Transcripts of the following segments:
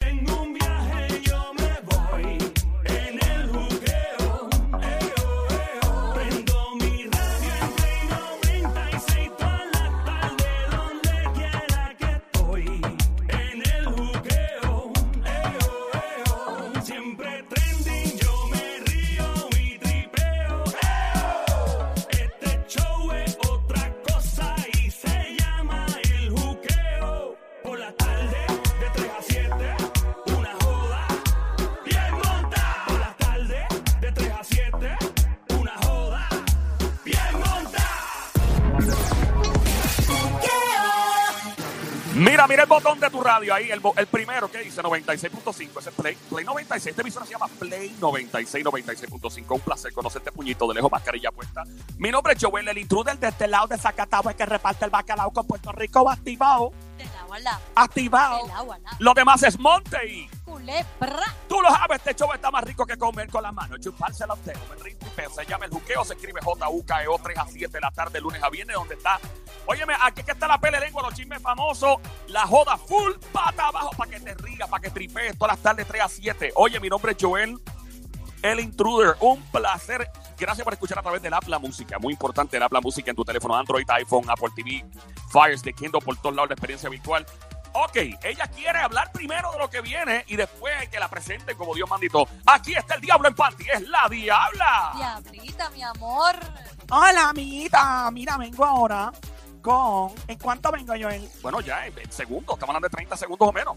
Tengo un viaje, yo me voy en el juqueo. Eo, eo. Prendo mi radio en Play 96 toda la tarde, donde quiera que estoy. En el juqueo, eo, eo. siempre trending, yo me río y tripeo. Eo. Este show es otra cosa y se llama el juqueo. Por la tarde, de 3 a 7, una joda bien monta. Por la tarde, de 3 a 7, una joda bien monta. Mira, mira el botón de tu radio ahí, el, bo- el primero que dice 96.5, ese es Play, Play 96, esta emisora se llama Play 96, 96.5, un placer conocerte, puñito de lejos, mascarilla puesta. Mi nombre es Joel, el intruder de este lado de Zacatau, el que reparte el bacalao con Puerto Rico, activado, Del agua al lado, activado. del agua al lado. Lo demás es Monte Culebra. Tú lo sabes, este show está más rico que comer con la mano. Chuparse la usted, comer rico y peo. Se llama el juqueo, se escribe J-U-K-E-O 3 E a 7 de la tarde, lunes a viernes, donde está. Óyeme, aquí que está la pele lengua, los chismes famosos, la joda full pata abajo para que te rías, para que tripees todas las tardes 3 a 7. Oye, mi nombre es Joel, el intruder. Un placer. Gracias por escuchar a través del app La Música. Muy importante el app La Música en tu teléfono Android, iPhone, Apple TV, Fires, de Kindle, por todos lados la experiencia virtual. Ok, ella quiere hablar primero de lo que viene y después que la presente como Dios mandito. Aquí está el diablo en panty, es la diabla. Diablita, mi amor. Hola, amiguita. Mira, vengo ahora con. ¿En cuánto vengo yo? Bueno, ya, en, en segundos, estamos hablando de 30 segundos o menos.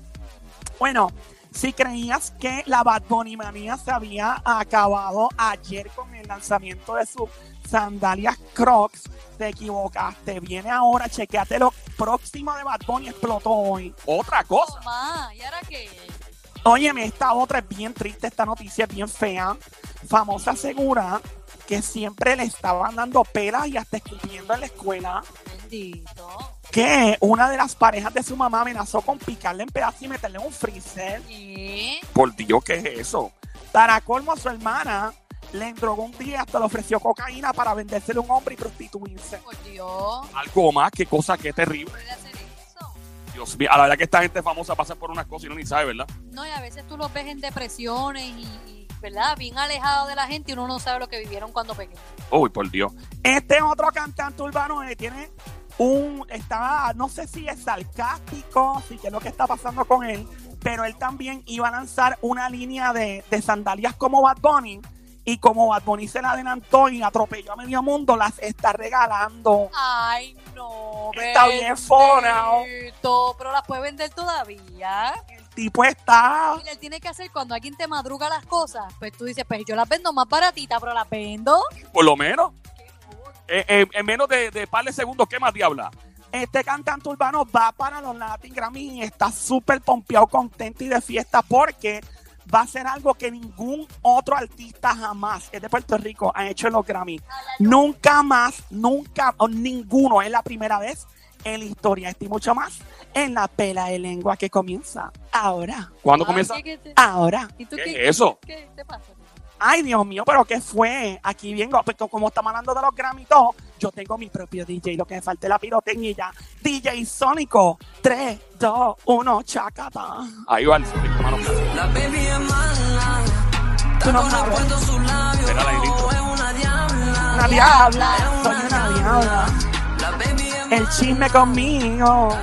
Bueno, si creías que la Bad Bunny manía se había acabado ayer con el lanzamiento de sus sandalias Crocs, te equivocaste. Viene ahora, chequeate lo próximo de Bad Bunny explotó hoy. Otra cosa. Mamá, ¿y ahora qué? Óyeme, esta otra es bien triste, esta noticia es bien fea. Famosa asegura que siempre le estaban dando pelas y hasta escupiendo en la escuela. Bendito. que una de las parejas de su mamá amenazó con picarle en pedazos y meterle en un freezer. ¿Qué? Por Dios, ¿qué es eso? Para colmo, su hermana le endrogó un día hasta le ofreció cocaína para vendérselo a un hombre y prostituirse. Por Dios. Algo más, qué cosa, qué terrible. ¿Puede hacer eso? Dios mío, a la verdad que esta gente famosa pasa por unas cosas y no ni sabe, ¿verdad? No, y a veces tú los ves en depresiones y, y, ¿verdad? Bien alejado de la gente y uno no sabe lo que vivieron cuando pequeño. Uy, por Dios. Este otro cantante urbano eh, tiene un. Estaba, no sé si es sarcástico, si qué es lo que está pasando con él, pero él también iba a lanzar una línea de, de sandalias como Bad Bunny. Y como Bad Bunny se la adelantó y atropelló a medio mundo, las está regalando. Ay, no. Está bien fonao. bendito, Pero las puede vender todavía. El tipo está. Y le tiene que hacer cuando alguien te madruga las cosas. Pues tú dices, pues yo las vendo más baratitas, pero las vendo. Por lo menos. Qué horror. Eh, eh, en menos de, de par de segundos, ¿qué más diabla? Este cantante urbano va para los Latin Grammy y está súper pompeado, contento y de fiesta porque va a ser algo que ningún otro artista jamás, es de Puerto Rico, ha hecho en los Grammy. Nunca más, nunca, o ninguno, es la primera vez en la historia. Esto y mucho más en la pela de lengua que comienza ahora, ¿Cuándo Ay, comienza? ¿qué- qué te- ahora. ¿Y tú ¿Qué qué, es eso? ¿Qué te pasa? Ay, Dios mío, pero ¿qué fue? Aquí vengo, pues, como estamos hablando de los Grammy y todo, yo tengo mi propio DJ, lo que me falta es la pirotecnia y ya. DJ Sónico, 3, 2, 1, chacata. Ahí va el sonido, mano. La baby es mala, Tú no no sabes, puedo sus labios, Era la intro. es una diabla. una diabla, soy una diabla. La baby es El chisme conmigo,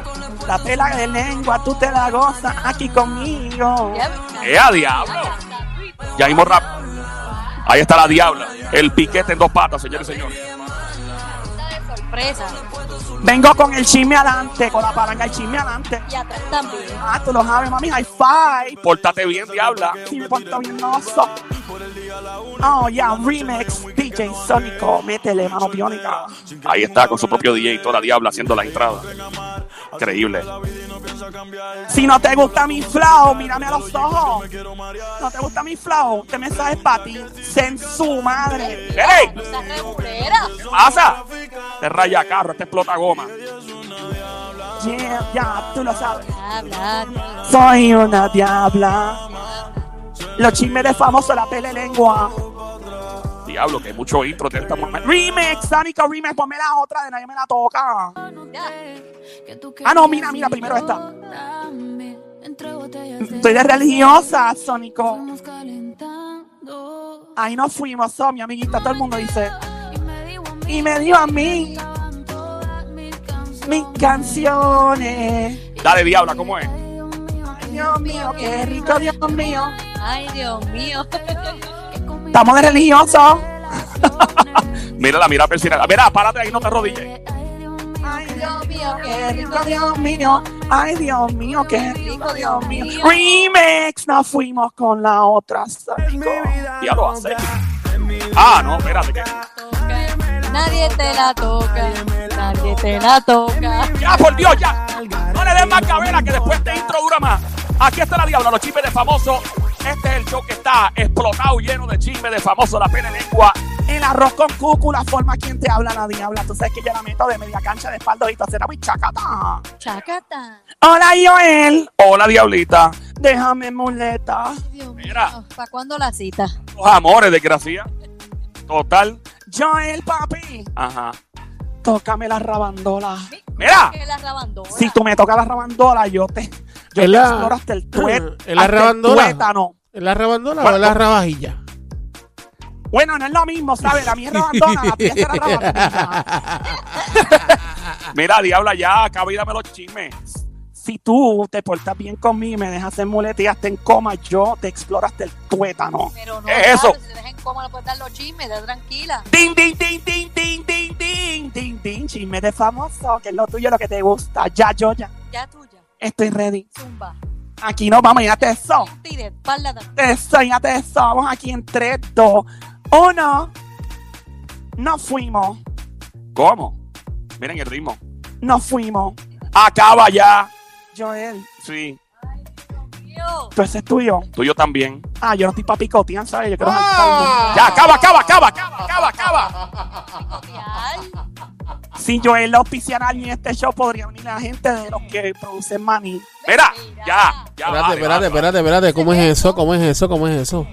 la pela de lengua, tú te la gozas aquí conmigo. ¡Ea, ¡Eh, diablo! Ya mismo rap. Ahí está la diabla. El piquete en dos patas, señores y señores. sorpresa. Vengo con el chisme adelante, con la palanca del chisme adelante. Y atrás también. Ah, tú lo sabes, mami, high five. Pórtate bien, diabla. Sí, me porto bien oso. Oh, yeah, remix, DJ Sónico, métele mano biónica. Ahí está, con su propio DJ, toda la diabla haciendo la entrada. Increíble. Si no te gusta mi flow, mírame a los ojos. No te gusta mi flow, te mensaje es para ti. Sen su madre. ¡Ey! No seas regulera. ¿Qué pasa? Te raya carro, te explota goma. Yeah, yeah, tú lo sabes. Habla, habla. Soy una diabla. Los chismes de famoso, la pele lengua. Diablo, que hay mucho intro de esta mujer. Remix, Sónico Remix, ponme la otra, de nadie me la toca. Ya. Ah, no, mira, mira, primero esta. Estoy de religiosa, Sónico. Ahí nos fuimos, so, mi amiguita, todo el mundo dice. Y me dio a mí mis canciones. Dale, diabla, ¿cómo es? Ay, Dios mío, qué rico, Dios mío. Ay, Dios mío. Estamos de religiosos. Mira la mira personal. Mira, párate ahí, no te rodilles. Ay, Dios mío, qué rico, Dios mío. Ay, Dios mío, qué rico, Dios mío. Remix, nos fuimos con la otra, Sónico. Diablo, hace. Ah, no, espérate. que- Nadie te la toca. Nadie te la toca. Ya, por Dios, ya. No le des más cabela que después este intro dura más. Aquí está la diabla, los chismes de famoso. Este es el show que está explotado, lleno de chismes de famoso, la pena en lengua. El arroz con cúcula forma quien te habla, la diabla. Tú sabes que yo la meto de media cancha de espalda y trasera muy chacata. Chacata. Hola, Joel. Hola, diablita. Déjame muleta. Dios mío. Mira. ¿Para cuándo la cita? Los amores, desgracia. Total. Joel, papi. Ajá. Tócame la rabandola. Mira. Que la rabandona. Si tú me tocas la rabandola, yo te, yo te Es la- exploro hasta el tuétano. es la rabandola. tuétano. ¿Es la rabandola o Bueno, es la rabajilla? Bueno, no es lo mismo, ¿sabes? La mía es rabandona, la tuya será rabandona. Mira, diabla, ya. Acaba y dame los chismes. Si tú te portas bien conmigo y me dejas hacer muleta y hasta en coma, yo te exploro hasta el tuétano. Pero no, ¿Qué es claro, eso? Si te dejan cómo le puedes dar los chismes, da tranquila. Ding, ding, ding, ding, ding, ding, ding, ding, ding. Chisme de famoso, que es lo tuyo, lo que te gusta. Ya, yo, ya. Ya tuya. Estoy ready. Zumba. Aquí nos vamos, ya te so. Y de espalda también. Te so, ya te so. Vamos aquí en 3, 2, 1. Nos fuimos, ¿Cómo? Miren el ritmo. nos fuimos. Acaba ya. Joel, Sí. Dios. tú ese es tuyo. Tú y yo también. Ah, yo no estoy para picotear, ¿sabes? Yo quiero Ya, acaba, acaba, acaba, acaba, acaba, acaba. Picotear. Si Joel lo auspiciara a alguien en este show, podría venir la gente de los que producen maní. Mira, ya, ya. Espérate, Ah, vale, espérate, vale, espérate, espérate. ¿Cómo es eso? ¿Cómo es eso? ¿Cómo es eso?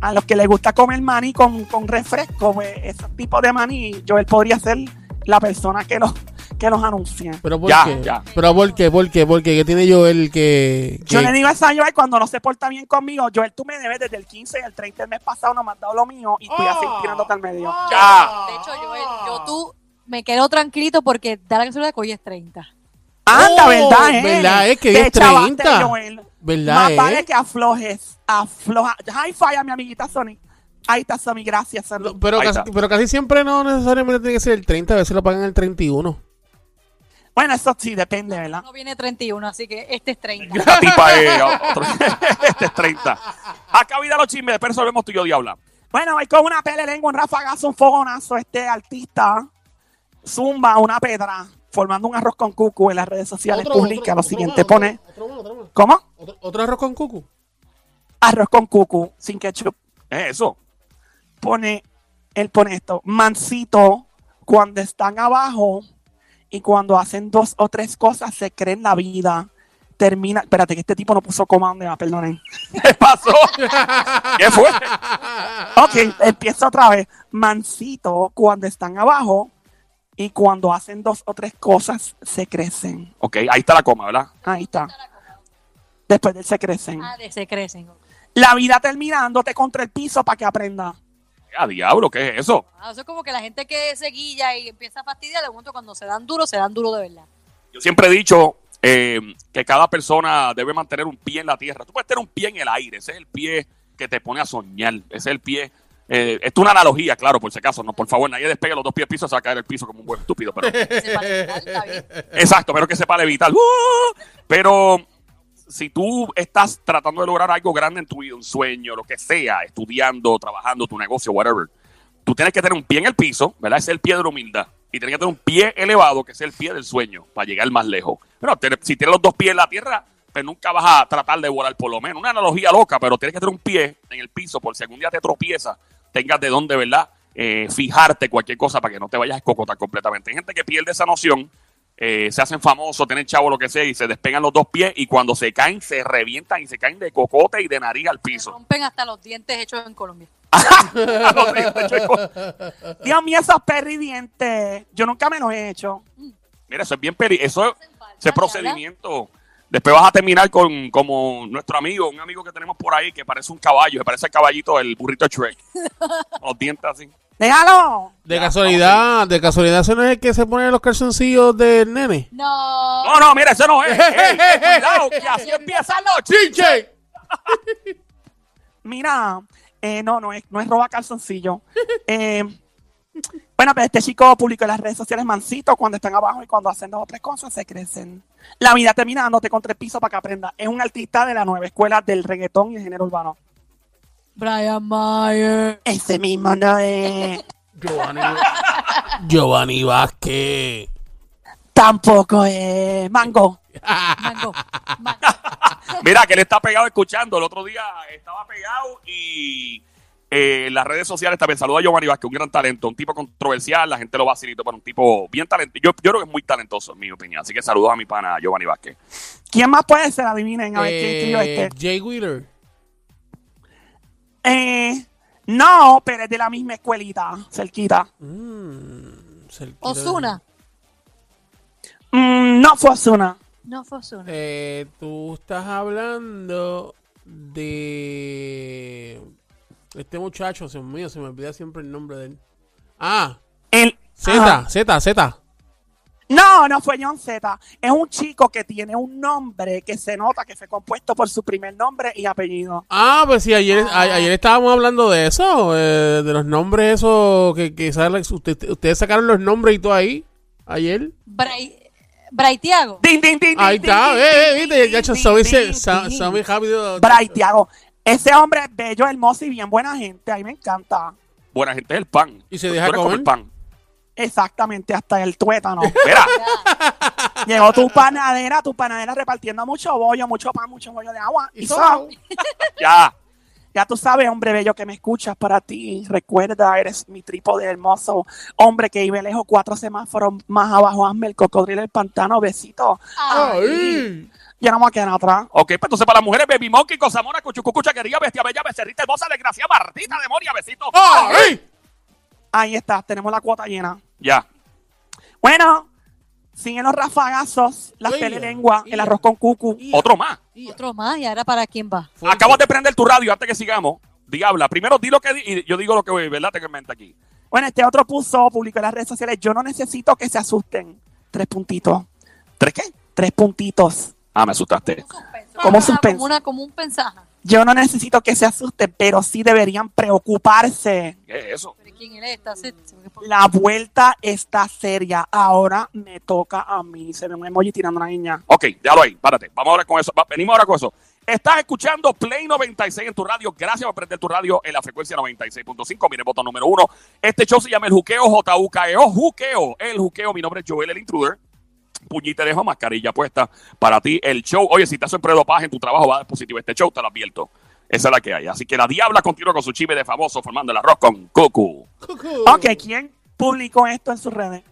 A los que les gusta comer maní con, con refresco, pues, ese tipo de maní, Joel podría ser la persona que los, que los anuncie. ¿Pero por Ya, qué? ya. ¿Pero por qué? ¿Por qué? ¿Por qué? ¿Qué tiene Joel que...? Yo que- le digo eso a Joel cuando no se porta bien conmigo. Joel, tú me debes desde el 15 y el 30 del mes pasado, no me has dado lo mío y voy a seguir tirándote al medio. Oh. Ya. De hecho, yo, eh, yo tú me quedo tranquilito porque da la casualidad que hoy es 30. Anda, Oh, ¿verdad? Eh? ¿verdad? Es que hoy Te es chavaste, 30. Joel. ¿Verdad, Más eh? vale que aflojes. Afloja. High five a mi amiguita Sony. Ahí está Sony, gracias, Sony. Pero Ahí casi, está. pero casi siempre no necesariamente tiene que ser el 30, a veces lo pagan el 31. Bueno, eso sí, depende, ¿verdad? No viene 31, así que este es 30. Esta tipa es otro. Este es 30. Acá vida los chismes, después resolvemos tú y yo, diabla. Bueno, voy con una pele lengua, un rafagazo, un fogonazo. Este artista zumba una pedra formando un arroz con cucu en las redes sociales. Publica lo siguiente, pone... ¿Cómo? ¿Otro, otro arroz con cucu? Arroz con cucu, sin ketchup. Es eso. pone, él pone esto, mansito, cuando están abajo y cuando hacen dos o tres cosas se creen la vida. Termina, espérate que este tipo no puso comando, ah, perdonen. ¿Qué pasó? ¿Qué fue? Ok, empieza otra vez. Mansito, cuando están abajo y cuando hacen dos o tres cosas se crecen. Ok, ahí está la coma, ¿verdad? Ahí está. Después de él se crecen. Ah, de se crecen. La vida terminándote contra el piso para que aprenda. A diablo, ¿qué es eso? Ah, eso es como que la gente que se guilla y empieza a fastidiar, de momento cuando se dan duro, se dan duro de verdad. Yo siempre he dicho eh, que cada persona debe mantener un pie en la tierra. Tú puedes tener un pie en el aire. Ese es el pie que te pone a soñar. Ese es el pie Eh, esto es una analogía, claro, por si acaso. No, por favor, nadie despegue los dos pies del piso, se va a caer el piso como un buen estúpido. Pero, Se parece tal, está bien. exacto, pero que sepa levitar. ¡Uh! Pero si tú estás tratando de lograr algo grande en tu vida, un sueño, lo que sea, estudiando, trabajando, tu negocio, whatever, tú tienes que tener un pie en el piso, ¿verdad? Ese es el pie de la humildad. Y tienes que tener un pie elevado, que es el pie del sueño, para llegar más lejos. Pero te- si tienes los dos pies en la tierra, pues nunca vas a tratar de volar, por lo menos. Una analogía loca, pero tienes que tener un pie en el piso, por si algún día te tropiezas, tengas de dónde, ¿verdad? Eh, fijarte cualquier cosa para que no te vayas a escocotar completamente. Hay gente que pierde esa noción, eh, se hacen famosos, tienen chavo, lo que sea, y se despegan los dos pies, y cuando se caen, se revientan y se caen de cocote y de nariz al Se piso. rompen hasta los dientes hechos en Colombia. Los dientes, chico. Dios mío, esos perridientes. Yo nunca me los he hecho. Mira, eso es bien peri eso es falta, ese procedimiento. Después vas a terminar con como nuestro amigo, un amigo que tenemos por ahí que parece un caballo, se parece al caballito del burrito de Shrek. Los dientes así. Déjalo. De casualidad, de casualidad, ese no es el que se pone los calzoncillos del nene. No. No, no, mira, ese no es. Ey, ten cuidado, que así empiezan los chistes. ¡Chinche! Mira, eh, no, no es, no es roba calzoncillo. Eh, bueno, pero este chico publicó en las redes sociales mancito cuando están abajo y cuando hacen dos o tres cosas se crecen. La vida termina dándote contra el piso para que aprenda. Es un artista de la nueva escuela del reggaetón y el género urbano. Brian Mayer. Ese mismo no es. Giovanni, Giovanni Vázquez. Tampoco es. Mango. Mango. Mango. Mira, que él está pegado escuchando. El otro día estaba pegado y eh, en las redes sociales también saluda a Giovanni Vázquez, un gran talento, un tipo controversial, la gente lo va vacilito, pero un tipo bien talentoso. Yo, yo creo que es muy talentoso, en mi opinión. Así que saludos a mi pana Giovanni Vázquez. ¿Quién más puede ser? Adivinen, a ver quién escribió Eh, este. Jay Wheeler. Eh, no, pero es de la misma escuelita, cerquita. cerquita de- Osuna. Mm, no fue Ozuna. No fue Osuna. Eh, tú estás hablando de este muchacho, Dios mío, se me olvida siempre el nombre de él. Ah, El, Z, Z, Z. No, no fue John Z. Es un chico que tiene un nombre que se nota que fue compuesto por su primer nombre y apellido. Ah, pues sí, ayer, a- ayer estábamos hablando de eso, eh, de los nombres, eso que, que sale- usted- ustedes sacaron los nombres y todo ahí, ayer. Bray, Bray Tiago. Din, din, din, Ahí din, din, está, din, eh, eh, din, viste, din, ya hecho, din, sabe, din, se- din, sa- din. sabe rápido. Bray, Tiago. Ese hombre es bello, hermoso y bien buena gente. A mí me encanta. Buena gente es el pan. ¿Y se Tú- deja tú eres como comer? el pan. Exactamente, hasta el tuétano. Mira, Llegó tu panadera, tu panadera repartiendo mucho bollo, mucho pan, mucho bollo de agua. Y sopa. sal. ya. Ya tú sabes, hombre bello que me escuchas para ti. Recuerda, eres mi trípode hermoso. Hombre que iba lejos cuatro semáforos más abajo. Hazme el cocodrilo, el pantano, besito. Ay. Ya no me voy a quedar atrás. Ok, pues entonces para las mujeres, Baby Monkey, Cosamona, Cuchucucu, Chaquería, Bestia Bella, Becerrita Hermosa, Desgracia, Martita, Demonia, Besito. Ay. Ahí está, tenemos la cuota llena. Ya. Bueno, siguen los rafagazos, las Oiga, pelelengua, el oiga. arroz con cucu. Otro más. Otro más. ¿Y ahora para quién va? Fuerte. Acabas de prender tu radio antes que sigamos. Diabla, primero di lo que di y yo digo lo que voy, ¿verdad? Te comenta aquí. Bueno, este otro puso, publicó en las redes sociales, yo no necesito que se asusten. Tres puntitos, ¿Tres qué? tres puntitos. Ah, me asustaste. Como Ah, suspenso. Como, una, como un pensaja. Yo no necesito que se asusten, pero sí deberían preocuparse. ¿Qué es eso? Pero ¿quién él está? Se- se- La vuelta está seria. Ahora me toca a mí. Se ve un emoji tirando una niña. Ok, déjalo ahí, párate. Vamos ahora con eso. Va- venimos ahora con eso. Estás escuchando Play 96 en tu radio. Gracias por prender tu radio en la frecuencia 96.5. Mire, botón número uno. Este show se llama El Juqueo, J-U-K-E-O, E Juqueo. El Juqueo, mi nombre es Joel, el intruder. Puñita dejo mascarilla puesta para ti. El show, oye, si estás en Fredo Paz en tu trabajo, va a dar positivo este show, te lo advierto. Esa es la que hay. Así que la diabla continúa con su chive de famoso formando el arroz con Cucu. Ok, ¿quién publicó esto en sus redes?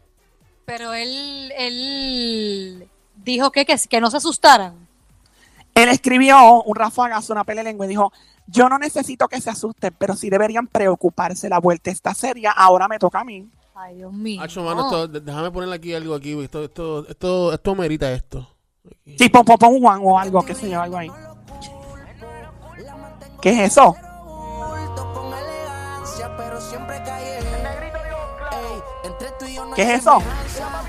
Pero él, él dijo que, que, que no se asustaran. Él escribió un rafagazo, una pelea de lengua y dijo, yo no necesito que se asusten, pero sí deberían preocuparse. La vuelta está seria, ahora me toca a mí. Ay, Dios mío. Acho, mano, No. esto- de- déjame ponerle aquí algo aquí, güey. esto, esto, esto, esto merita esto. Sí, pon, pon, pon un guan o algo, qué sé yo, algo ahí. ¿Qué es eso? Con elegancia, pero siempre cae. Ey, entre tú y yo no ¿Qué hay es eso? semejanza.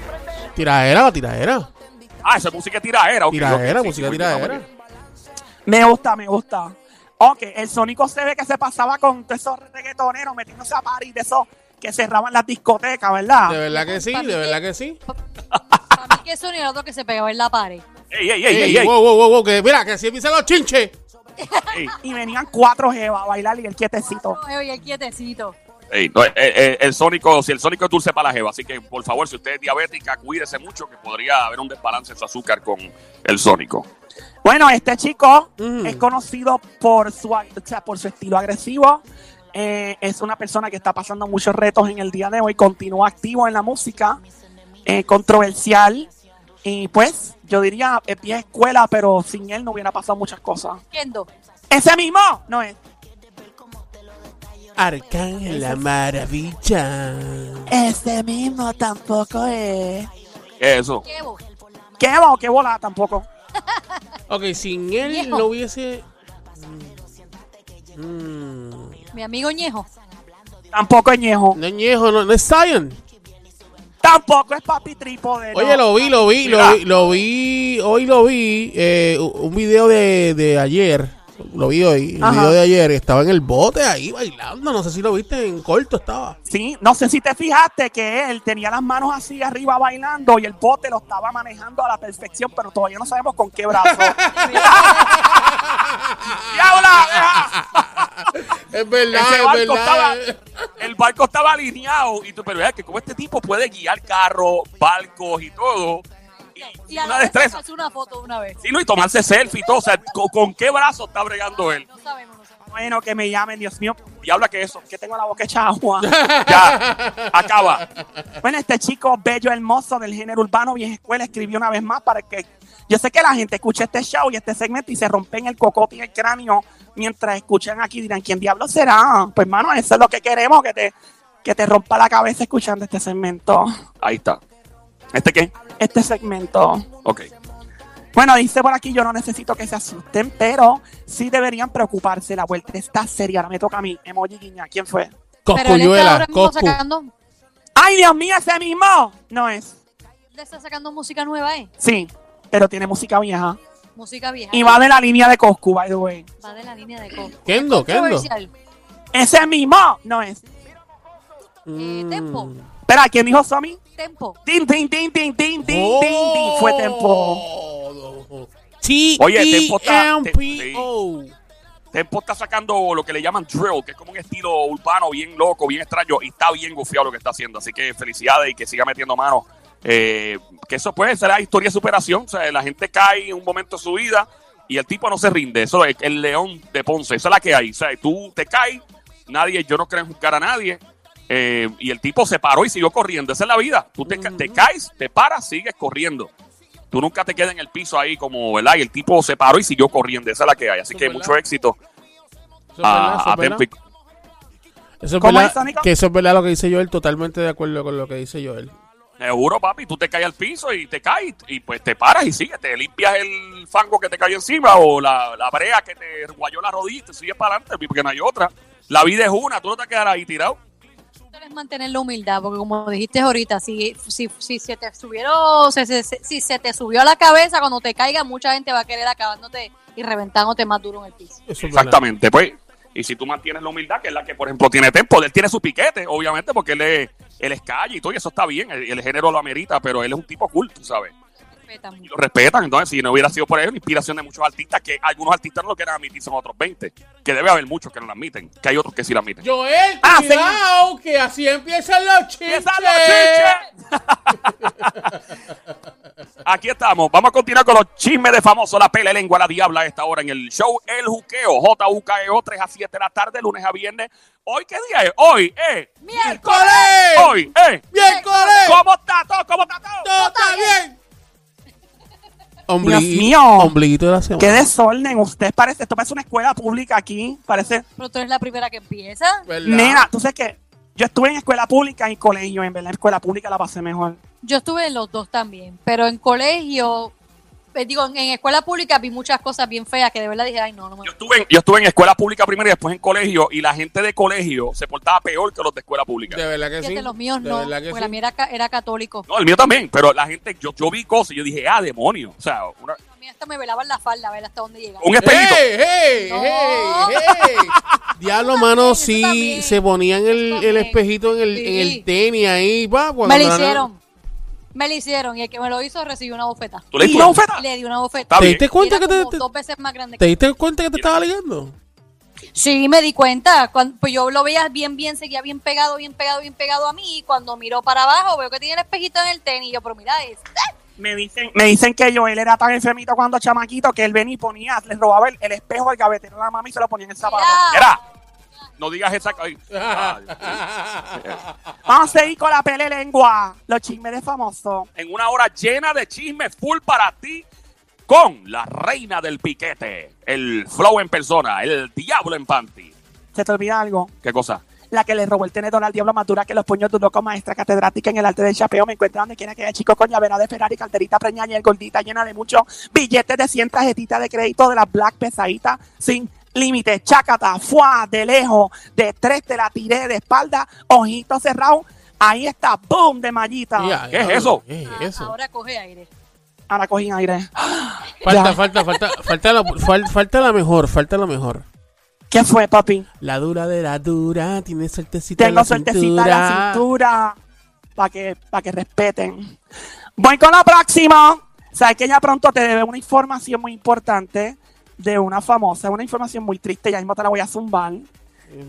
Tiradera, tiraera. Ah, esa música es tiraera. ok, ok, Tiraera, sí, música muy bien, vamos tiraera. bien. Me gusta, me gusta. Ok, el Sónico se ve que se pasaba con todos esos reggaetoneros metiéndose a paris de esos que cerraban las discotecas, ¿verdad? De verdad que sí, Para mí de verdad que sí. Para mí que eso ni era otro que se pegaba en la pared. Ey, ey, ey, ey, Ey, ey. wow, wow, wow, wow, que mira, que si empiezan los chinches. Y venían cuatro jevas a bailar y el quietecito. No, y el quietecito. Ey, no, eh, eh, el sónico, si el sónico es dulce para la jeva, así que por favor, si usted es diabética, cuídese mucho que podría haber un desbalance en su azúcar con el sónico. Bueno, este chico Mm. es conocido por su, ag- o sea, por su estilo agresivo. Eh, es una persona que está pasando muchos retos en el día de hoy. Continúa activo en la música, eh, controversial. Y pues, yo diría, es bien escuela, pero sin él no hubiera pasado muchas cosas. Kendo. ¡Ese mismo! No es. Arcángel la maravilla. Ese mismo tampoco es. ¿Qué es eso? Kevo. ¿Qué va o qué bola tampoco? Ok, sin él Viejo. no hubiese. Mm. Mm. Mi amigo Ñejo. Tampoco es Ñejo. No es Ñejo, no, no es Zion. Tampoco es Papi Trípode. Oye, no. lo vi, lo vi, lo Mira. vi, lo vi, hoy lo vi, eh, un video de, de ayer, lo vi hoy, un Ajá. video de ayer, estaba en el bote ahí bailando, no sé si lo viste, en corto estaba. Sí, no sé si te fijaste que él tenía las manos así arriba bailando y el bote lo estaba manejando a la perfección, pero todavía no sabemos con qué brazo. ¡Diabla! Es verdad, Ese es barco verdad. estaba, el barco estaba alineado y tú, pero es que como este tipo puede guiar carros, barcos y todo, y, Y y a la una vez destreza, pasó una foto una vez. sí, no, y tomarse selfie y todo, o sea, ¿con, con qué brazo está bregando él? No sabemos, no sabemos. bueno, que me llamen, Dios mío, Diabla, que eso? que tengo la boca hecha agua. Ya, acaba. bueno, este chico bello, hermoso del género urbano, vieja escuela, escribió una vez más para que yo sé que la gente escucha este show y este segmento y se rompen el cocote y el cráneo mientras escuchan aquí dirán, ¿quién diablo será? Pues, hermano, eso es lo que queremos, que te, que te rompa la cabeza escuchando este segmento. Ahí está. ¿Este qué? Este segmento. Ok. Este Bueno, dice por aquí, yo no necesito que se asusten, pero sí deberían preocuparse. La vuelta está seria. Ahora me toca a mí. Emoji guiña. ¿Quién fue? Pero él está ahora Coscuyuela, mismo Coscu. sacando, ¡Ay, Dios mío, ese mismo! No es. le está sacando música nueva, ¿eh? Sí, pero tiene música vieja. Música vieja. Y va de la línea de Coscu, by the way. Va de la línea de Coco. Kendo, Kendo. Comercial. Ese mismo no es. Eh, Mm. tempo. Espera, ¿quién dijo Somi? Tempo. Din, din, din, din, din, din, din, din. Fue Tempo. T Oye, E Tempo está- M P O. Tempo está sacando lo que le llaman drill, que es como un estilo urbano bien loco, bien extraño, y está bien gufiado lo que está haciendo. Así que felicidades y que siga metiendo mano. Eh, que eso puede ser la historia de superación. O sea, la gente cae en un momento de su vida y el tipo no se rinde. Eso es el león de Ponce. Esa es la que hay. O sea, tú te caes, nadie, yo no creo en juzgar a nadie. Eh, y el tipo se paró y siguió corriendo. Esa es la vida. Tú te, ca- te caes, te paras, sigues corriendo. Tú nunca te quedas en el piso ahí como, ¿verdad? Y el tipo se paró y siguió corriendo. Esa es la que hay. Así Eso es que verdad. mucho éxito Eso es verdad, a, eso a es verdad. Tempic. Eso es ¿Cómo verdad, es, Sónico? que eso es verdad lo que dice Joel, totalmente de acuerdo con lo que dice Joel. Seguro, papi, tú te caes al piso y te caes y pues te paras y sigues, te limpias el fango que te cayó encima o la, la brea que te guayó la rodilla y te sigues para adelante porque no hay otra. La vida es una, tú no te quedarás ahí tirado. es mantener la humildad, porque como dijiste ahorita, si, si, si se te subieron, si, se- si se te subió a la cabeza, cuando te caiga, mucha gente va a querer acabándote y reventándote más duro en el piso. Eso es verdad. Exactamente, pues. Y si tú mantienes la humildad, que es la que, por ejemplo, tiene Tempo, él tiene su piquete, obviamente, porque él es, él es calle y todo, y eso está bien, el, el género lo amerita, pero él es un tipo cool, tú sabes. Respeta Y mucho. lo respetan, entonces, si no hubiera sido por él, la inspiración de muchos artistas, que algunos artistas no lo quieren admitir, son otros 20, que debe haber muchos que no lo admiten, que hay otros que sí lo admiten. Joel, Ah, cuidado, que así empiezan los chistes. ¡Empiezan los chistes! Aquí estamos. Vamos a continuar con los chismes de famoso, la pele lengua, la diabla a esta hora en el show El Juqueo, JUKEO, 3 E a 7 de la tarde, lunes a viernes. ¿Hoy qué día es? Hoy es. ¡Miércoles! Hoy es. ¡Miércoles! ¿Cómo está todo? ¿Cómo está todo? ¡Todo está bien! Dios mío. Ombliguito de la semana. Qué desorden. Usted parece, esto parece una escuela pública aquí. Parece. Pero tú eres la primera que empieza. ¿Verdad? Nena, tú sabes que yo estuve en escuela pública y colegio, en verdad, en escuela pública la pasé mejor. Yo estuve en los dos también, pero en colegio, eh, digo, en, en escuela pública vi muchas cosas bien feas que de verdad dije, ay, no, no me. Yo estuve, en, yo estuve en escuela pública primero y después en colegio, y la gente de colegio se portaba peor que los de escuela pública. De verdad que Fíjate, sí. los míos de no, verdad que porque sí. la mía era, ca- era católico. No, el mío también, pero la gente, yo, yo vi cosas y yo dije, ah, demonio. O sea, una- mí hasta me velaban la falda, a ver hasta dónde llegaba. Un espejito. ¡Hey, hey, No. hey, hey! Diablo, también, mano, tú sí también. se ponían el, Tú el también. espejito en el, en el Sí. tenis ahí, pa. cuando Me lo ganaron. hicieron. Me lo hicieron y el que me lo hizo recibió una bofeta. ¿Tú le diste Y no, una bofeta? Le di una Está bofeta. ¿Te bien. diste cuenta Era que te, como te- dos veces más grande te que diste cuenta que te estaba ligando? Sí, me di cuenta. Cuan- pues yo lo veía bien, bien, seguía bien pegado, bien pegado, bien pegado a mí. Y cuando miro para abajo, veo que tiene el espejito en el tenis. Yo, pero mira, este". es Me dicen, me dicen que Joel era tan enfermito cuando chamaquito que él venía y ponía, le robaba el, el espejo al gavetero de la mami y se lo ponía en el zapato. Mira, no digas esa. ay, ay, Vamos a seguir con la pele lengua. Los chismes de famoso. en una hora llena de chismes full para ti con la reina del piquete, el flow en persona, el diablo en panty. ¿Se te olvida algo? ¿Qué cosa? La que le robó el tenedor al diablo madura que los puños duró con maestra catedrática en el arte del chapeo. Me encuentra donde quiera que haya chico con llavera de Ferrari, carterita preñaña y el gordita llena de muchos billetes de 100 tarjetitas de crédito de las black pesaditas sin límite. Chácata, fuá, de lejos, de tres te la tiré de espalda, ojito cerrado. Ahí está, boom, de mallita. Ya, ¿Qué es eso? diablo, ¿Qué es Ah, eso? Ahora coge aire. Ahora cogí aire. Falta, Ya. falta, falta, falta la, fal- falta la mejor, falta la mejor. ¿Qué fue, papi? La dura de la dura, tiene suertecita en Tengo la suertecita en la cintura. Para que, pa' que respeten. Voy con la próxima. Sabes que ya pronto te debe una información muy importante de una famosa, una información muy triste, ya mismo te la voy a zumbar,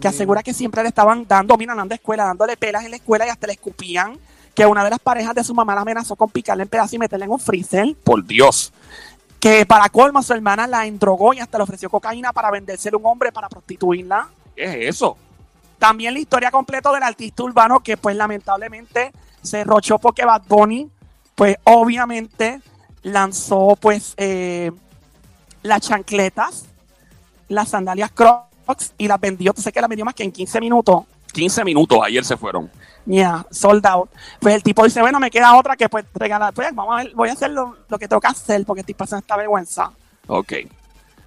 que asegura que siempre le estaban dando, mira, andando a escuela, dándole pelas en la escuela y hasta le escupían, que una de las parejas de su mamá la amenazó con picarle en pedazos y meterle en un freezer, Por Dios. que para colmo su hermana la endrogó y hasta le ofreció cocaína para vendérsela a un hombre para prostituirla. ¿Qué es eso? También la historia completa del artista urbano que pues lamentablemente se rochó porque Bad Bunny pues obviamente lanzó pues eh, las chancletas, las sandalias Crocs y las vendió, tú sé que las vendió más que en 15 minutos. 15 minutos ayer se fueron. Yeah, sold out. Pues el tipo dice, bueno, me queda otra que pues regalar. Pues vamos a ver, voy a hacer lo, lo que tengo que hacer porque estoy pasando esta vergüenza. Ok.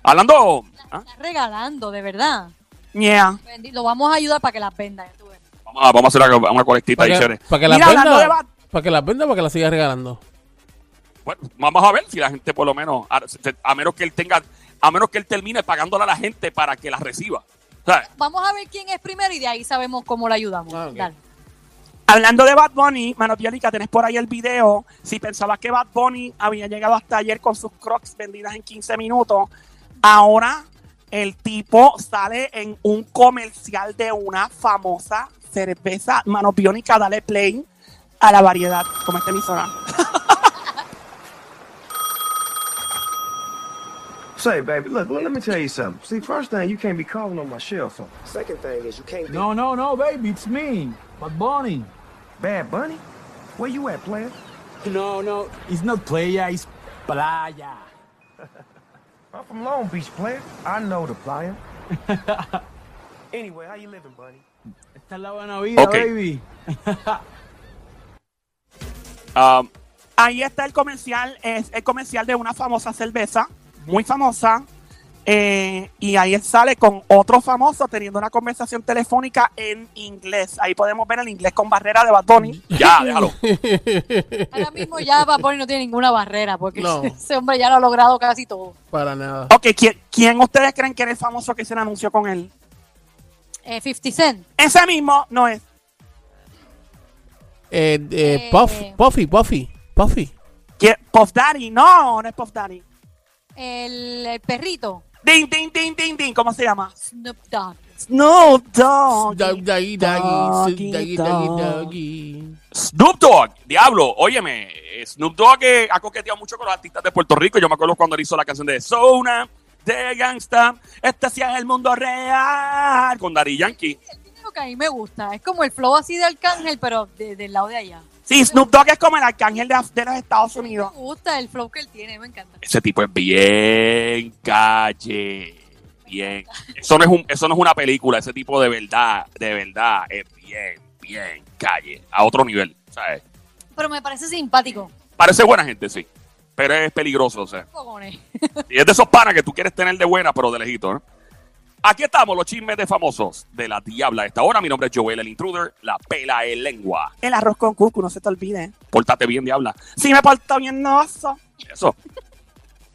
Hablando. ¿ah? Está regalando, de verdad. Yeah. Bendi- Lo vamos a ayudar para que las vendan. tú ves. Vamos, a, vamos a hacer una, una colectita ahí, Para que, chévere. para que la Mira, hablando de venda, Bad- para que la venda, para que la siga regalando. Bueno, vamos a ver si la gente por lo menos, a, a menos que él tenga, a menos que él termine pagándole a la gente para que la reciba. ¿Sabes? Vamos a ver quién es primero y de ahí sabemos cómo lo ayudamos. Ah, ok. Dale. Hablando de Bad Bunny, Mano Piolica, tenés por ahí el video. Si pensabas que Bad Bunny había llegado hasta ayer con sus crocs vendidas en 15 minutos, ahora el tipo sale en un comercial de una famosa cerveza. Mano Piolica, dale play a la variedad, como esta emisora. Say, baby, look, let me tell you something. See, first thing, you can't be calling on my cell phone. Second thing is you can't be. No, no, no, baby, it's me, but Bonnie. Bad Bunny? Where you at, player? No, no, it's not playa, it's playa. I'm from Long Beach, player. I know the player. anyway, how you living, Bunny? Esta es la buena vida, Ok. baby. Ah, Ahí está el comercial, es el comercial de una famosa cerveza, muy famosa. eh, y ahí él sale con otro famoso teniendo una conversación telefónica en inglés. Ahí podemos ver el inglés con barrera de Bad Bunny. ya, déjalo. Ahora mismo ya Bad Bunny no tiene ninguna barrera porque No. ese hombre ya lo ha logrado casi todo. Para nada. Ok, ¿quién, quién ustedes creen que era el famoso que hizo el anuncio con él? Eh, 50 Cent. Ese mismo no es. Eh, eh, Eh. Puff, Puffy, Puffy, Puffy. ¿Quién? Puff Daddy. No, no es Puff Daddy. El, el perrito. Ding, ding, ding, ding, ding. ¿Cómo se llama? Snoop Dogg. Snoop Dogg. Doggy, doggy, doggy, doggy, Doggy, doggy, dog. doggy. Snoop Dogg, diablo, óyeme, eh, Snoop Dogg eh, ha coqueteado mucho con los artistas de Puerto Rico. Yo me acuerdo cuando él hizo la canción de Zona, de Gangsta, este sí es el mundo real, con Daddy Yankee. Él tiene lo que a mí me gusta. Es como el flow así de Arcángel, pero de- del lado de allá. Sí, Snoop Dogg es como el arcángel de, de los Estados Me Unidos. gusta el flow que él tiene, me encanta. Ese tipo es bien calle, bien. Eso no es, un, eso no es una película, ese tipo de verdad, de verdad, es bien, bien calle, a otro nivel, ¿sabes? Pero me parece simpático. Parece buena gente, sí, pero es peligroso, o sea. Cojones. Y es de esos panas que tú quieres tener de buena, pero de lejito, ¿no? Aquí estamos, los chismes de famosos de la Diabla. A esta hora, mi nombre es Joel, el intruder, la pela en lengua. El arroz con cucu, no se te olvide. Pórtate bien, Diabla. Si me porto bien, no oso. Eso.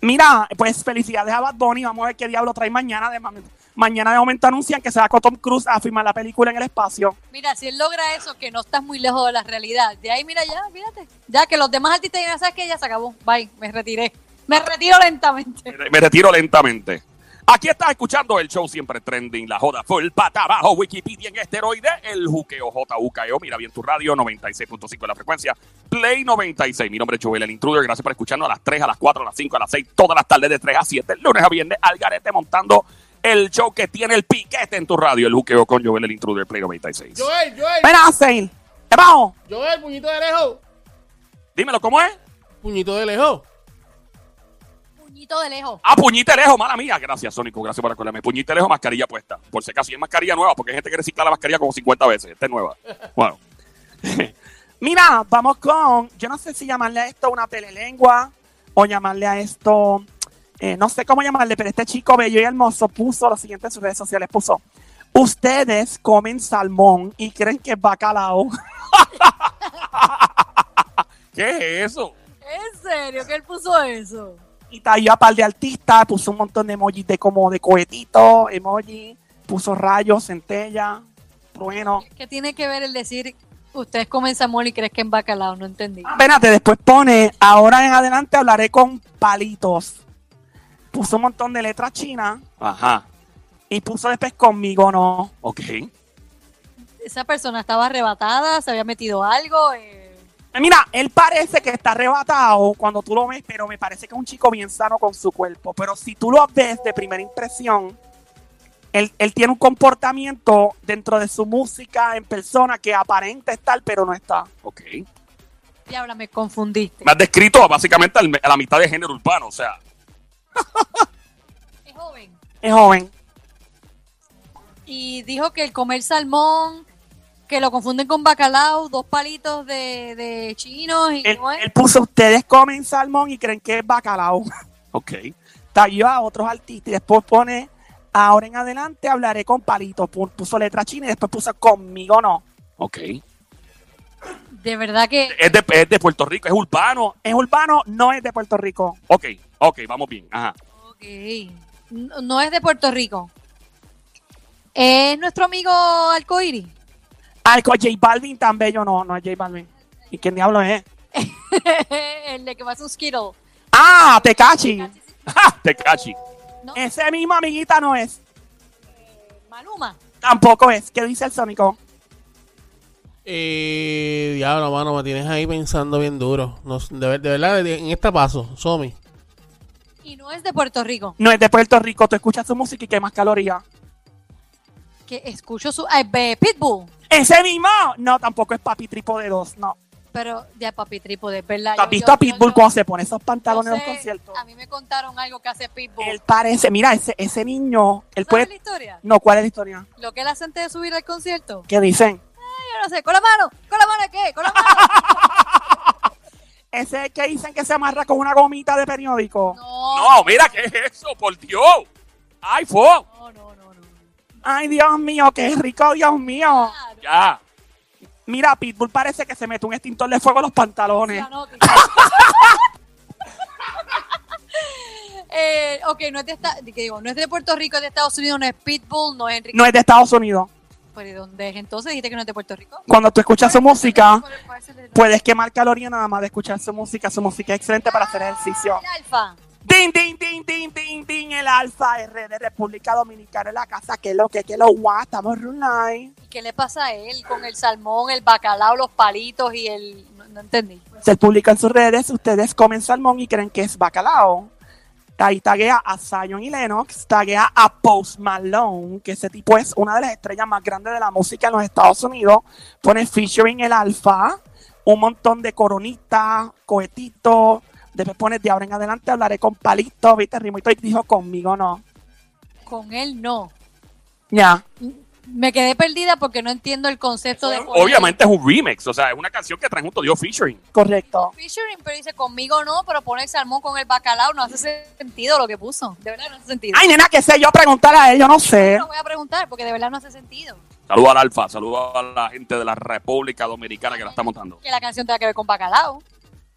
Mira, pues felicidades a Bad Bunny. Vamos a ver qué diablo trae mañana. Además, mañana de momento anuncian que se va con Tom Cruise a filmar la película en el espacio. Mira, si él logra eso, que no estás muy lejos de la realidad. De ahí, mira, ya, fíjate. Ya que los demás artistas digan, ¿sabes qué? Ya se acabó. Bye, me retiré. Me retiro lentamente. Me retiro lentamente. Aquí estás escuchando el show siempre trending, la joda full, pata abajo, Wikipedia en esteroide, el juqueo JUKEO, E mira bien tu radio, 96.5 de la frecuencia, Play 96. Mi nombre es Joel, el intruder, gracias por escucharnos a las 3, a las 4, a las 5, a las 6, todas las tardes de 3 a 7, lunes a viernes, al garete montando el show que tiene el piquete en tu radio, el juqueo con Joel, el intruder, Play 96. Joel, Joel, Ven, Asen. Vamos. Joel, puñito de lejos. Dímelo, ¿cómo es? Puñito de lejos. Puñito de lejos. Ah, puñite lejos, mala mía. Gracias, Sónico. Gracias por acordarme. Puñite lejos, mascarilla puesta. Por si acaso, y es mascarilla nueva, porque hay gente que recicla la mascarilla como 50 veces. Esta es nueva. Bueno. Mira, vamos con, yo no sé si llamarle a esto una telelengua o llamarle a esto, eh, no sé cómo llamarle, pero este chico bello y hermoso puso lo siguiente en sus redes sociales, puso, ustedes comen salmón y creen que es bacalao. ¿Qué es eso? ¿En serio? ¿Que él puso eso? Y talló a par de artistas, puso un montón de emojis de como de cohetito, emoji, puso rayos, centella, trueno. ¿Qué tiene que ver el decir, ustedes comen Samuel y crees que en bacalao? No entendí. Ah, Espérate, después pone, ahora en adelante hablaré con palitos. Puso un montón de letras chinas Ajá. y puso después conmigo, no. Ok. Esa persona estaba arrebatada, se había metido algo. eh, Eh, Mira, él parece que está arrebatado cuando tú lo ves, pero me parece que es un chico bien sano con su cuerpo. Pero si tú lo ves de primera impresión, él, él tiene un comportamiento dentro de su música en persona que aparenta estar, pero no está. Ok. Diabla, me confundiste. Me has descrito básicamente al- a la mitad de género urbano. O sea, Es joven. Es joven. y dijo que el comer salmón, que lo confunden con bacalao, dos palitos de, de chinos y Él, ¿cómo es? él puso, ustedes comen salmón y creen que es bacalao. ok. Taguió a otros artistas y después pone, ahora en adelante hablaré con palitos. Pu- Puso letra china y después puso conmigo no. Ok. de verdad que Es de, es de Puerto Rico, es urbano. Es urbano, no es de Puerto Rico. Ok, ok, vamos bien. Ajá. ok. no, no es de Puerto Rico. Es nuestro amigo Alcoiri. Ay, con J Balvin tan bello, no, no es J Balvin. ¿Y quién diablo es? el de que pasa un Skittle. Ah, Tecachi. ¡Ja! Tecachi. ¿no? Ese mismo amiguita no es. Maluma. Tampoco es. ¿Qué dice el Sónico? Eh, diablo, mano, me tienes ahí pensando bien duro. No, de, ver- de verdad, de- en esta paso, Somi. Y no es de Puerto Rico. No es de Puerto Rico. Tú escuchas su música y quemas calorías. Que escucho su. ah, de Pitbull. Ese mismo. No, tampoco es Papi Tripo de dos. No. Pero ya papi tripo, de verdad. ¿Tú has yo- visto yo- a Pitbull yo- cuando se pone esos yo pantalones en sé, los conciertos? A mí me contaron algo que hace Pitbull. Él parece. Mira, ese, ese niño. Él ¿Sabes la puede. historia? No, ¿cuál es la historia? Lo que él hace antes de subir al concierto. ¿Qué dicen? Yo no sé, con la mano, con la mano qué, con la mano. Ese que dicen que se amarra con una gomita de periódico. No, No, mira, ¿qué es eso? Por Dios. iPhone. no, no, no. no. Ay, Dios mío, qué rico, Dios mío. Ya. Claro, Mira, Pitbull parece que se mete un extintor de fuego en los pantalones. ya no, que- Eh, ok, no es de esta, que digo, no es de Puerto Rico, es de Estados Unidos, no es Pitbull, no es Enrique. No es de Estados Unidos. ¿Pero ¿y dónde es? Entonces dijiste que no es de Puerto Rico. Cuando tú escuchas su música, ¿Cuál es- cuál es el- puedes quemar calorías nada más de escuchar su música. Su música es excelente para hacer ejercicio. El alfa. Din, din, din, din, din, din, el Alfa R de República Dominicana en la casa. Que lo que, que lo guau, estamos online. ¿Y qué le pasa a él con el salmón, el bacalao, los palitos y el. No, no entendí. Se publica en sus redes. Ustedes comen salmón y creen que es bacalao. Ahí taguea a Zion y Lennox, taguea a Post Malone, que ese tipo es una de las estrellas más grandes de la música en los Estados Unidos. Pone featuring el alfa, un montón de coronitas, cohetitos. Después pone de ahora en adelante hablaré con palito, viste, rimito. Y dijo conmigo no. Con él no. Ya. Me quedé perdida porque no entiendo el concepto de. poner- Obviamente es un remix, o sea, es una canción que traen junto Dios featuring. Correcto. featuring, pero dice conmigo no, pero pone el salmón con el bacalao. No hace sentido lo que puso. De verdad no hace sentido. Ay, nena, qué sé yo, preguntar a él, yo no sé. No voy a preguntar porque de verdad no hace sentido. Saludos al Alfa, saludos a la gente de la República Dominicana que la está montando. Que la canción tenga que ver con bacalao.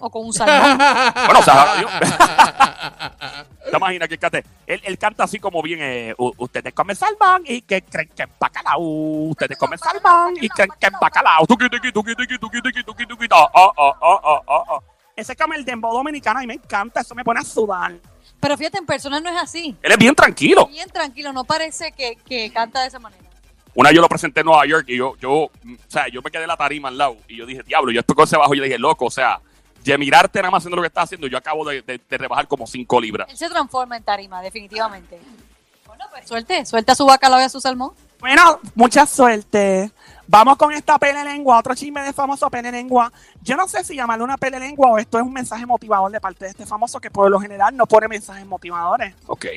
o con un salmón. Bueno, o sea, yo- ¿Te imaginas que cante? Él, él canta así como bien, eh, u- ustedes comen salmán y que creen que es bacalao, ustedes comen salmán y creen que es bacalao. Tuqui, tuqui, tuqui, tuqui, tuqui, tuqui, tuqui, tuqui, ta, ah, ah, ah, ah, ah, ah. Ese es como el dembow dominicano y me encanta, eso me pone a sudar. Pero fíjate, en persona no es así. Él es bien tranquilo. Bien tranquilo, no parece que, que canta de esa manera. Una vez yo lo presenté en Nueva York y yo, yo, mm, o sea, yo me quedé en la tarima al lado y yo dije, diablo, yo estoy con ese bajo y yo dije, loco, o sea, de mirarte nada más haciendo lo que estás haciendo, yo acabo de, de- de rebajar como 5 libras. Él se transforma en tarima, definitivamente. Bueno, pues suelte, suelta su bacalao y a su salmón. Bueno, mucha suerte. Vamos con esta pele lengua, otro chisme de famoso pele lengua. Yo no sé si llamarlo una pele lengua o esto es un mensaje motivador de parte de este famoso que por lo general no pone mensajes motivadores. Ok.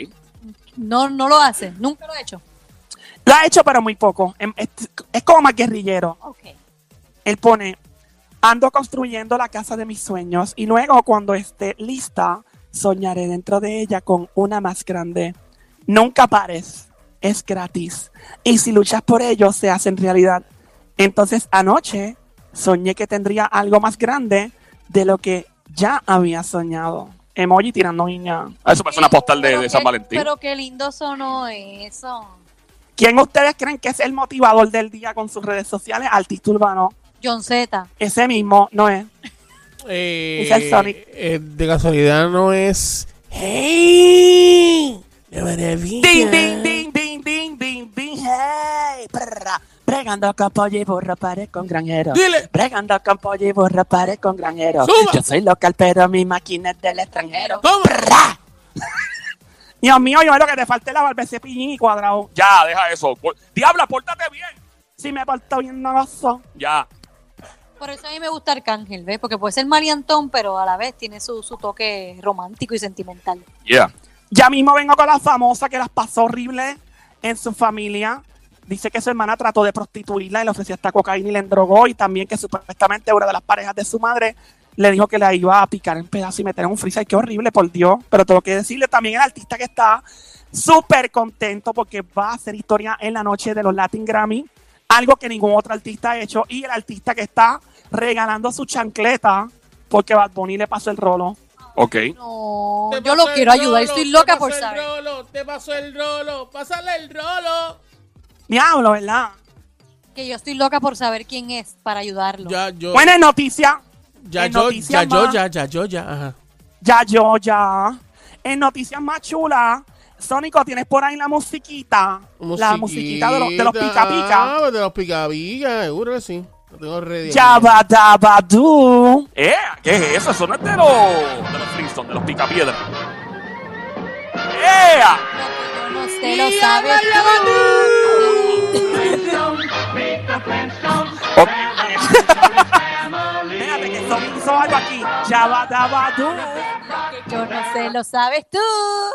No, no lo hace, nunca lo ha hecho. Lo ha hecho, pero muy poco. Em, Es, es como más guerrillero. Ok. Él pone, ando construyendo la casa de mis sueños y luego cuando esté lista, soñaré dentro de ella con una más grande. Nunca pares, es gratis. Y si luchas por ello, se hace en realidad. Entonces anoche soñé que tendría algo más grande de lo que ya había soñado. Emoji tirando niña. Ah, Eso parece una postal de, de San Valentín. Pero qué lindo sonó eso. ¿Quién ustedes creen que es el motivador del día con sus redes sociales? Artista urbano. John Z. Ese mismo, no es. Eh, Es el Sonic. eh, de casualidad no es. ¡Hey! ¡La maravilla! Ding, ding, ding, ding, ding, ding, ding, hey. Prrra. Bregando con pollo y burro, pare con granjeros. Dile. Bregando con pollo y burro, pare con granjeros. Suba. Yo soy local, pero mi máquina es del extranjero. Toma. Dios mío, yo creo que te falté la barbecía piñín y cuadrado. Ya, deja eso. Por- Diabla, pórtate bien. Si me porto bien, no lo son. Ya. Por eso a mí me gusta Arcángel, ¿ves? Porque puede ser mariantón, pero a la vez tiene su, su toque romántico y sentimental. Yeah. Ya mismo vengo con la famosa que las pasó horrible en su familia. Dice que su hermana trató de prostituirla y le ofrecía esta cocaína y le endrogó. Y también que supuestamente una de las parejas de su madre le dijo que la iba a picar en pedazos y meter en un freezer. Qué horrible, por Dios. Pero tengo que decirle también al artista que está súper contento porque va a hacer historia en la noche de los Latin Grammy. Algo que ningún otro artista ha hecho. Y el artista que está regalando su chancleta porque Bad Bunny le pasó el rolo. Ok. No, Te yo lo paso el quiero ayudar, rolo, estoy te loca paso por el saber. rolo, te pasó el rolo, pásale el rolo. Diablo, ¿verdad? Que yo estoy loca por saber quién es para ayudarlo. Ya, yo. Buena noticia. ya, en yo, ya, noticias yo, eh, más. ya, ya, yo, ya. Ajá. Ya, yo, ya. En noticias más chulas, Sónico, tienes por ahí la musiquita. La musiquita de los, de los pica pica. Ah, de los pica pica, seguro que sí. Lo tengo ready. Yabba dabba doo. Eh, ¿qué es eso? Eso no es de los, de los Flintstones, de los picapiedra. ¡Eh! No sé, lo sabes Ok. Fíjate que Sónico hizo algo aquí. Yabba dabba doo. tú. Yo no sé, lo sabes tú.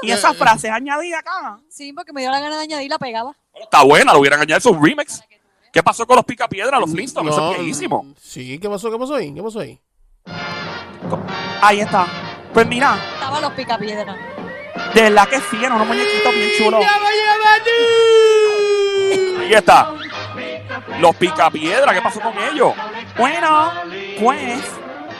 Y esa frase añadida acá. Sí, porque me dio la gana de añadir, la pegaba. Está buena, lo hubieran añadido un remix. ¿Qué pasó con los picapiedra, los Flintstones? Eso Mm, No, es viejísimo. Sí, ¿qué pasó? ¿Qué pasó ahí? ¿Qué pasó ahí? Ahí está. Pues mira, Estaba los picapiedras. de verdad que sí, eran unos muñequitos bien chulos. Ahí está. Los picapiedra, ¿qué pasó con ellos? Bueno, pues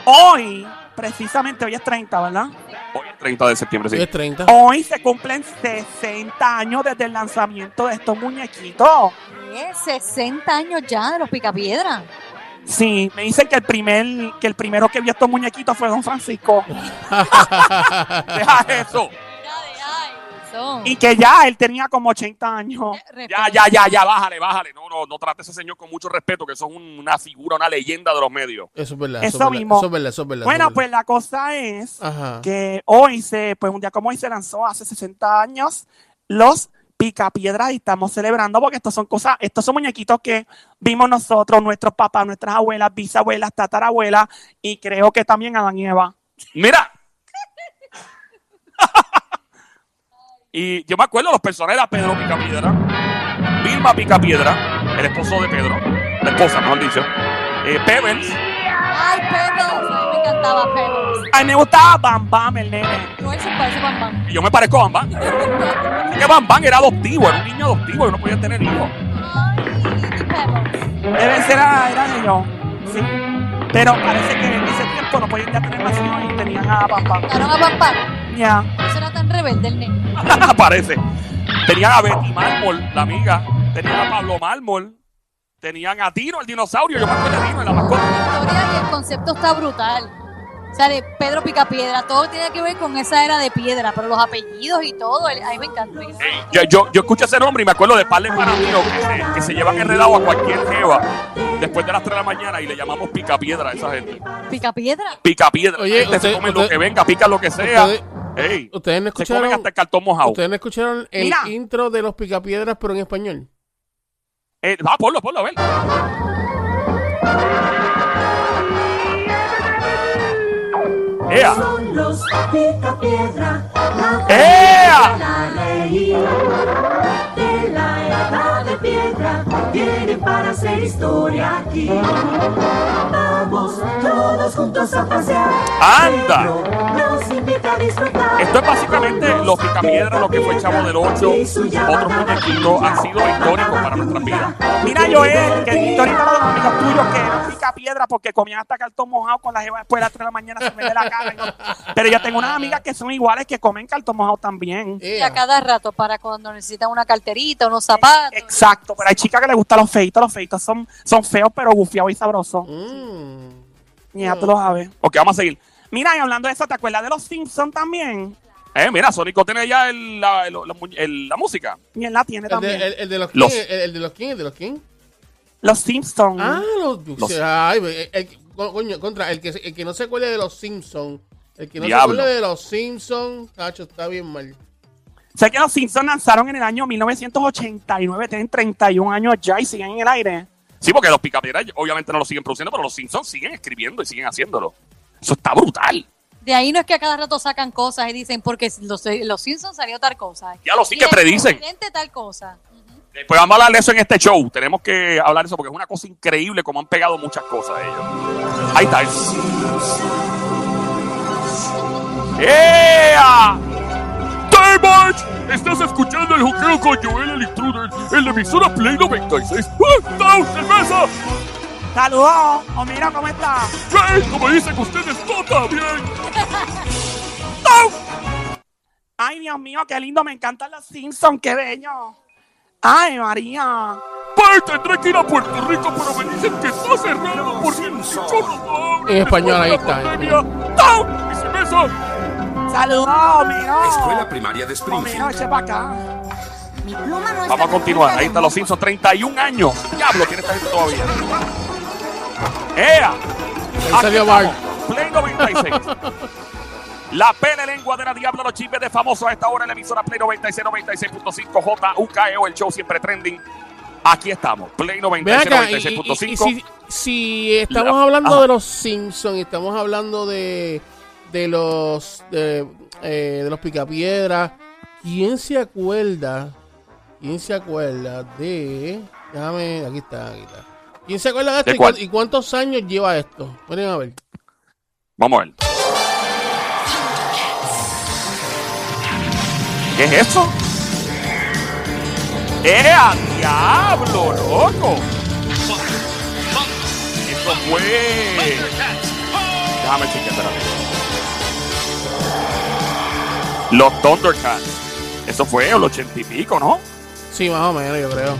hoy, precisamente hoy es 30, ¿verdad? Hoy es 30 de septiembre, Hoy sí. es 30. Hoy se cumplen 60 años desde el lanzamiento de estos muñequitos. ¿Qué? 60 años ya de los picapiedra. Sí, me dicen que el primer, que el primero que vio estos muñequitos fue Don Francisco. Deja eso. Mira de ahí, son. Y que ya él tenía como 80 años. Ya, ya, ya, ya, bájale, bájale. No, no, no trate a ese señor con mucho respeto, que eso es un- una figura, una leyenda de los medios. Eso es verdad. Eso es verdad, mismo. Eso es verdad, eso es verdad. Bueno, eso es pues verdad. la cosa es Ajá. que hoy se, pues un día como hoy se lanzó hace 60 años los picapiedras y estamos celebrando porque estos son cosas, estos son muñequitos que vimos nosotros, nuestros papás, nuestras abuelas, bisabuelas, tatarabuelas y creo que también Adán y Eva. Mira. y yo me acuerdo los personajes eran Pedro Picapiedra, Vilma Picapiedra, el esposo de Pedro, la esposa, mejor dicho, eh, Pebbles, Ay, Pebbles. A mí me encantaba Pebbles. A mí me gustaba Bam Bam, el nene. No, él se parece a Bam y yo me parezco a Bambán. Bam. Es que Bambán era adoptivo, era un niño adoptivo y no podía tener hijos. Ay, Pebbles. Debe ser, ah, era de yo. Sí. Pero parece que en ese tiempo 5, no podían ya tener más hijos y tenían a Pam Pam. Daron a Pampán. Ya. Eso era tan rebelde el nene. Aparece. Tenían a Betty Mármol, la amiga. Tenían a Pablo Mármol. Tenían a Tino, el dinosaurio. Yo me acuerdo de Tino, en la mascota. La historia y el concepto está brutal. O sea, de Pedro Picapiedra, todo tiene que ver con esa era de piedra, pero los apellidos y todo, el- a mí me encantó. Ey, yo, yo, yo escucho ese nombre y me acuerdo de par de Paramiro que se, que se llevan enredado a cualquier jeva después de las 3 de la mañana y le llamamos picapiedra a esa gente. Picapiedra. Picapiedra. Oye, Oye, gente usted- se come lo usted- que venga, pica lo que sea. ustedes- Ey, Ustedes se no comen escucharon, hasta el cartón mojado. ustedes no escucharon el Mira. intro de los picapiedras, pero en español. Eh, va, ponlo, ponlo, a ver. ¡Ea! Eh. ¡Ea! ¡Anda! Esto es básicamente los picapiedras, lo que fue Chavo del 8, otros muñequitos han sido históricos para nuestras vidas. Mira, Joel, que Víctor y todos los amigos tuyos que eran pica piedra porque comían hasta cartón mojado con la jeva después de las 3 de la mañana, se me de la cara. y no- Pero yo tengo unas amigas que son iguales que comen cartón mojado también. Eh, Y a cada rato, para cuando necesitan una carterita, unos zapatos. Exacto, pero hay chicas que les gustan los feitos, los feitos son, son feos pero gufiados y sabrosos. Mm. Ya tú lo sabes. Ok, vamos a seguir. Mira, y hablando de eso, ¿te acuerdas de los Simpsons también? Eh, mira, Sónico tiene ya el- la, el- la mu- el- la música. Y él la tiene El de, también. el- el de los, Los. Mm. King, el, el de los King, el de los King. Los Simpsons. Ah, los, ay, el- el- co- coño, contra, el que, se- el que no se acuerde de los Simpsons. El que no Diablo. se acuerde de los Simpsons, cacho, está bien mal. Sé que los Simpsons lanzaron en el año 1989, tienen 31 años ya y siguen en el aire. Sí, porque los picapiedras obviamente no lo siguen produciendo, pero los Simpsons siguen escribiendo y siguen haciéndolo. Eso está brutal. De ahí no es que a cada rato sacan cosas y dicen, porque los, los Simpsons salió tal cosa. Ya lo sí Y que el predicen. presidente tal cosa. Ujú. Después vamos a hablar de eso en este show. Tenemos que hablar de eso porque es una cosa increíble como han pegado muchas cosas ellos. Ahí está. ¡Ea! ¡Taymarch! Estás escuchando el juqueo con Joel el Intruder en la emisora Play 96. ¡Ah, ¡Down, cerveza! Saludos. Oh, mira cómo está. ¡Ey! Como dicen ustedes, toca bien. Ay, Dios mío, qué lindo. Me encantan los Simpsons, qué bello. Ay, María. ¡Pues tendré que ir a Puerto Rico, pero me dicen que está cerrado porque el chichorro En español, ahí está, eh. en ¡Down! ¡Mi cerveza! Saludos, mira. Escuela Primaria de Springfield. Homero, eche para acá. Vamos a continuar. Ahí están los Simpsons, 31 años. Diablo, tiene esta gente todavía. ¡Ea! Aquí salió Ah, estamos, Bart. Play 96. La pele lengua de la diabla, los chismes de famosos a esta hora en la emisora Play 96, 96.5 JUKEO, E el show siempre trending. Aquí estamos, Play Ven 96, acá, y, y- y 96.5. si, si estamos La- hablando ajá. de los Simpsons y estamos hablando de, de los de, eh, de los picapiedras, ¿quién se acuerda? ¿Quién se acuerda de? Déjame, aquí está, aquí está. ¿Quién se acuerda de esto? ¿De y cuán- cuál? ¿Y cuántos años lleva esto? Miren a ver. Vamos a ver. ¿Qué es eso? ¡Eh, a diablo, loco! Eso fue. Déjame chequear, espérate. Los Thundercats. Eso fue el ochenta y pico, ¿no? Sí, más o menos, yo creo.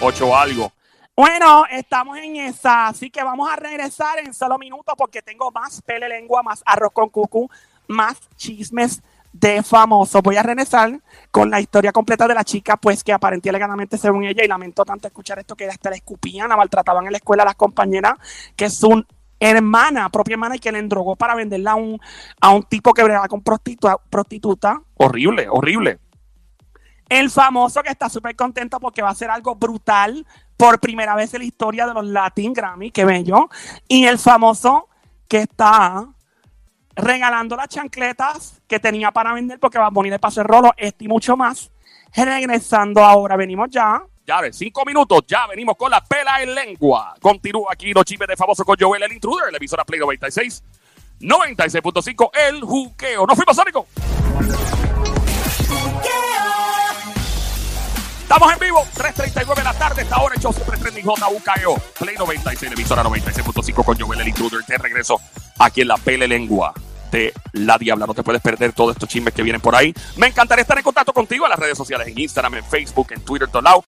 Ocho algo. Bueno, estamos en esa, así que vamos a regresar en solo minutos porque tengo más pele lengua, más arroz con cucú, más chismes de famosos. Voy a regresar con la historia completa de la chica, pues que aparentía legalmente según ella y lamentó tanto escuchar esto que hasta la escupían, la maltrataban en la escuela a las compañeras, que es un hermana, propia hermana, y que le endrogó para venderla a un, a un tipo que bregaba con prostitua- prostituta. Horrible, horrible. El famoso que está súper contento porque va a hacer algo brutal por primera vez en la historia de los Latin Grammy, qué bello. Y el famoso que está regalando las chancletas que tenía para vender porque va a poner el paso el rolo, este y mucho más. Regresando ahora, venimos ya. Ya de cinco minutos, ya venimos con la pela en lengua. Continúa aquí los chismes de famoso con Joel el Intruder, la emisora Play 96, 96.5, el juqueo. ¡No fuimos, Sónico! Estamos en vivo, 3.39 de la tarde, esta hora, hecho siempre trending JUKEO, E Play 96, emisora 96.5 con Joel el Intruder, te regreso aquí en la pele lengua de La Diabla, no te puedes perder todos estos chismes que vienen por ahí. Me encantaría estar en contacto contigo en las redes sociales, en Instagram, en Facebook, en Twitter, en todos lados.